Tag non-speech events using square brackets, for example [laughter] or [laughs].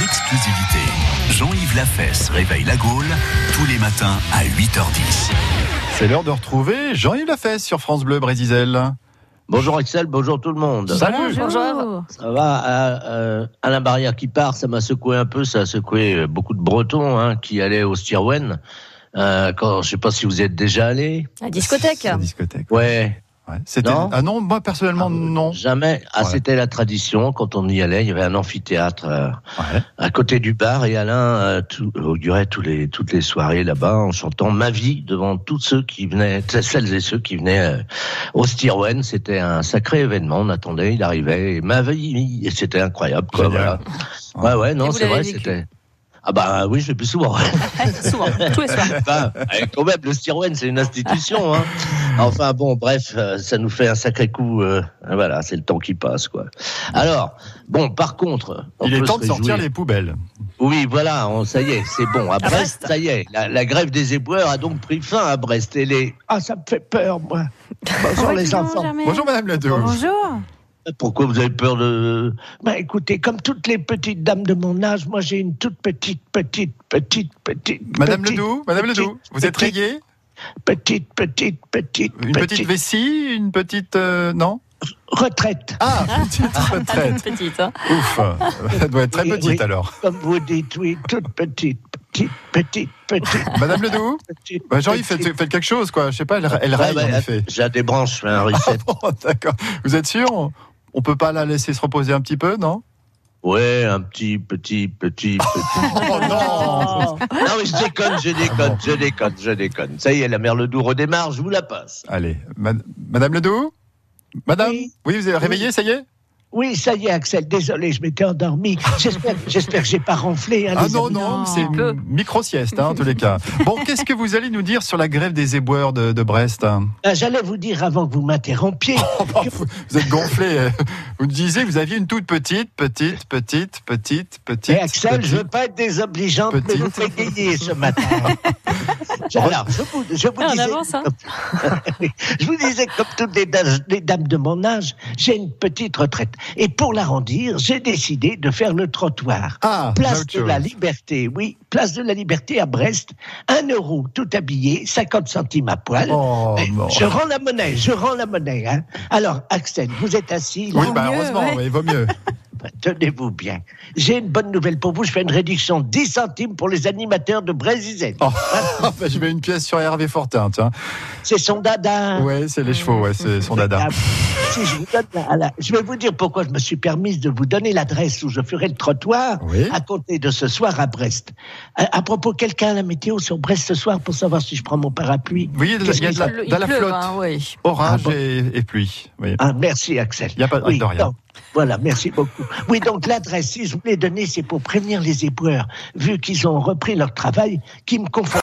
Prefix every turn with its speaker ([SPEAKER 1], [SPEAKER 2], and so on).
[SPEAKER 1] exclusivité. Jean-Yves Lafesse réveille la Gaule tous les matins à 8h10.
[SPEAKER 2] C'est l'heure de retrouver Jean-Yves Lafesse sur France Bleu Brésil.
[SPEAKER 3] Bonjour Axel, bonjour tout le monde.
[SPEAKER 2] Salut
[SPEAKER 4] Bonjour.
[SPEAKER 3] Ça va, euh, euh, Alain Barrière qui part, ça m'a secoué un peu, ça a secoué euh, beaucoup de Bretons hein, qui allaient au Stirwen. Euh, quand, je sais pas si vous y êtes déjà allé.
[SPEAKER 4] La discothèque.
[SPEAKER 2] La discothèque.
[SPEAKER 3] Ouais,
[SPEAKER 2] ouais. C'était...
[SPEAKER 3] Non.
[SPEAKER 2] ah non, moi personnellement,
[SPEAKER 3] Ah,
[SPEAKER 2] non.
[SPEAKER 3] jamais. Ah,
[SPEAKER 2] Ouais.
[SPEAKER 3] c'était la tradition quand on y allait. Il y avait un amphithéâtre euh,
[SPEAKER 2] Ouais.
[SPEAKER 3] à côté du bar et Alain euh, tout, augurait tous les toutes les soirées là-bas en chantant ma vie devant tous ceux qui venaient, celles et ceux qui venaient euh, au Stirwen. C'était un sacré événement. On attendait, il arrivait. Et ma vie, et c'était incroyable. Quoi,
[SPEAKER 2] Génial.
[SPEAKER 3] voilà.
[SPEAKER 2] Ouais.
[SPEAKER 3] Ouais, ouais, non,
[SPEAKER 4] vous
[SPEAKER 3] c'est vrai,
[SPEAKER 4] l'avez vécu
[SPEAKER 3] c'était. Ah bah oui, je vais plus souvent. [laughs]
[SPEAKER 4] [laughs] Souvent, tous les soirs.
[SPEAKER 3] Enfin, eh, quand même, le Stirwen, c'est une institution. Hein. Enfin bon, bref, euh, ça nous fait un sacré coup. euh, voilà, c'est le temps qui passe, quoi. Alors, bon, par contre, on
[SPEAKER 2] Il est
[SPEAKER 3] peut
[SPEAKER 2] temps
[SPEAKER 3] se
[SPEAKER 2] de sortir
[SPEAKER 3] réjouir.
[SPEAKER 2] les poubelles.
[SPEAKER 3] Oui, voilà, on, ça y est, c'est bon. À Brest,
[SPEAKER 4] Brest.
[SPEAKER 3] ça y est, la, la grève des éboueurs a donc pris fin à Brest. Et les ah, ça me fait peur, moi. Bonjour les enfants.
[SPEAKER 2] Bonjour Madame Ladouche.
[SPEAKER 5] Bonjour.
[SPEAKER 3] Pourquoi vous avez peur de... Bah écoutez, comme toutes les petites dames de mon âge, moi j'ai une toute petite, petite, petite, petite...
[SPEAKER 2] Madame
[SPEAKER 3] petite,
[SPEAKER 2] Ledoux, Madame
[SPEAKER 3] petite,
[SPEAKER 2] Ledoux, vous êtes
[SPEAKER 3] petite,
[SPEAKER 2] rayée
[SPEAKER 3] Petite, petite, petite,
[SPEAKER 2] Une petite vessie Une petite... euh, non
[SPEAKER 3] retraite.
[SPEAKER 2] Ah, petite
[SPEAKER 4] Ah,
[SPEAKER 2] retraite.
[SPEAKER 4] toute petite. hein.
[SPEAKER 2] Ouf, elle doit être très
[SPEAKER 3] Oui,
[SPEAKER 2] petite
[SPEAKER 3] oui.
[SPEAKER 2] alors.
[SPEAKER 3] Comme vous dites, oui, toute petite, petite, petite,
[SPEAKER 2] [laughs]
[SPEAKER 3] petite,
[SPEAKER 2] Madame Ledoux
[SPEAKER 3] petite.
[SPEAKER 2] bah, Jean-Yves,
[SPEAKER 3] petite.
[SPEAKER 2] faites, faites quelque chose, quoi. Je sais pas, elle, elle
[SPEAKER 3] Ouais,
[SPEAKER 2] raille
[SPEAKER 3] bah,
[SPEAKER 2] en effet.
[SPEAKER 3] J'ai des branches, je fais
[SPEAKER 2] [laughs]
[SPEAKER 3] un reset.
[SPEAKER 2] Bon, D'accord. Vous êtes sûr on, on peut pas la laisser se reposer un petit peu, non
[SPEAKER 3] Ouais, un petit, petit,
[SPEAKER 2] [laughs]
[SPEAKER 3] petit, petit.
[SPEAKER 2] Oh non
[SPEAKER 3] non, mais je déconne, je
[SPEAKER 2] Ah
[SPEAKER 3] déconne, je déconne, je déconne. Ça y est, la mère Ledoux redémarre, je vous la passe.
[SPEAKER 2] Allez, mad- Madame Ledoux Madame oui.
[SPEAKER 3] Oui.
[SPEAKER 2] vous êtes réveillée, ça y est
[SPEAKER 3] Oui, ça y est, Axel, désolé, je m'étais endormi. J'espère j'espère que j'ai pas ronflé. hein,
[SPEAKER 2] Ah
[SPEAKER 3] les
[SPEAKER 2] non,
[SPEAKER 3] amis.
[SPEAKER 2] non,
[SPEAKER 4] Non.
[SPEAKER 2] c'est
[SPEAKER 4] Peu.
[SPEAKER 2] une micro-sieste, hein, en tous les
[SPEAKER 3] [laughs]
[SPEAKER 2] cas. Bon, qu'est-ce que vous allez nous dire sur la grève des éboueurs de, de Brest hein
[SPEAKER 3] Ah, J'allais vous dire avant que vous m'interrompiez.
[SPEAKER 2] Oh, bah, vous, vous êtes gonflé. euh. Vous nous disiez que vous aviez une toute petite, petite, petite, petite, petite.
[SPEAKER 3] Mais Eh, Axel,
[SPEAKER 2] petite.
[SPEAKER 3] je veux pas être désobligeante, mais vous
[SPEAKER 2] Petite.
[SPEAKER 3] bégayez
[SPEAKER 2] [laughs]
[SPEAKER 3] ce matin. [laughs] Alors, je vous, je vous
[SPEAKER 4] Ah, on
[SPEAKER 3] disais,
[SPEAKER 4] avance, hein.
[SPEAKER 3] [laughs] je vous disais que comme toutes les, da- les dames de mon âge, j'ai une petite retraite. Et pour la rendre, j'ai décidé de faire le trottoir.
[SPEAKER 2] Ah, là,
[SPEAKER 3] Place
[SPEAKER 2] autre
[SPEAKER 3] de la
[SPEAKER 2] chose.
[SPEAKER 3] Liberté, oui, place de la Liberté à Brest, 1 euro tout habillé, 50 centimes à poil.
[SPEAKER 2] Oh,
[SPEAKER 3] Eh,
[SPEAKER 2] non.
[SPEAKER 3] je rends la monnaie, je rends la monnaie. hein. Alors, Axel, vous êtes assis là.
[SPEAKER 2] Oui, bah,
[SPEAKER 4] mieux,
[SPEAKER 2] heureusement,
[SPEAKER 4] ouais.
[SPEAKER 2] oui, il vaut
[SPEAKER 3] [laughs]
[SPEAKER 2] mieux.
[SPEAKER 3] Bah, Tenez-vous bien. J'ai une bonne nouvelle pour vous. Je fais une réduction de 10 centimes pour les animateurs de Brésil.
[SPEAKER 2] Oh, [laughs] bah, je mets une pièce sur Hervé Fortin, tiens.
[SPEAKER 3] C'est son dada.
[SPEAKER 2] Ouais, c'est
[SPEAKER 3] Ah.
[SPEAKER 2] les chevaux, ouais, c'est son dada.
[SPEAKER 3] Si je, vous donne la- la- je vais vous dire pourquoi je me suis permise de vous donner l'adresse où je ferai le trottoir
[SPEAKER 2] Oui.
[SPEAKER 3] à compter de ce soir à Brest. Euh, À, à propos, quelqu'un à la météo sur Brest ce soir pour savoir si je prends mon parapluie.
[SPEAKER 2] Vous voyez, il y a de la,
[SPEAKER 4] Il
[SPEAKER 2] de la
[SPEAKER 4] pleut,
[SPEAKER 2] flotte,
[SPEAKER 4] hein, oui.
[SPEAKER 2] orage
[SPEAKER 3] Ah bon.
[SPEAKER 2] et, et pluie. oui.
[SPEAKER 3] Ah, merci Axel.
[SPEAKER 2] Y a pas-
[SPEAKER 3] oui,
[SPEAKER 2] de rien.
[SPEAKER 3] donc, voilà, merci beaucoup. Oui, donc l'adresse, si je voulais donner, c'est pour prévenir les éboueurs, vu qu'ils ont repris leur travail, qui me confondent.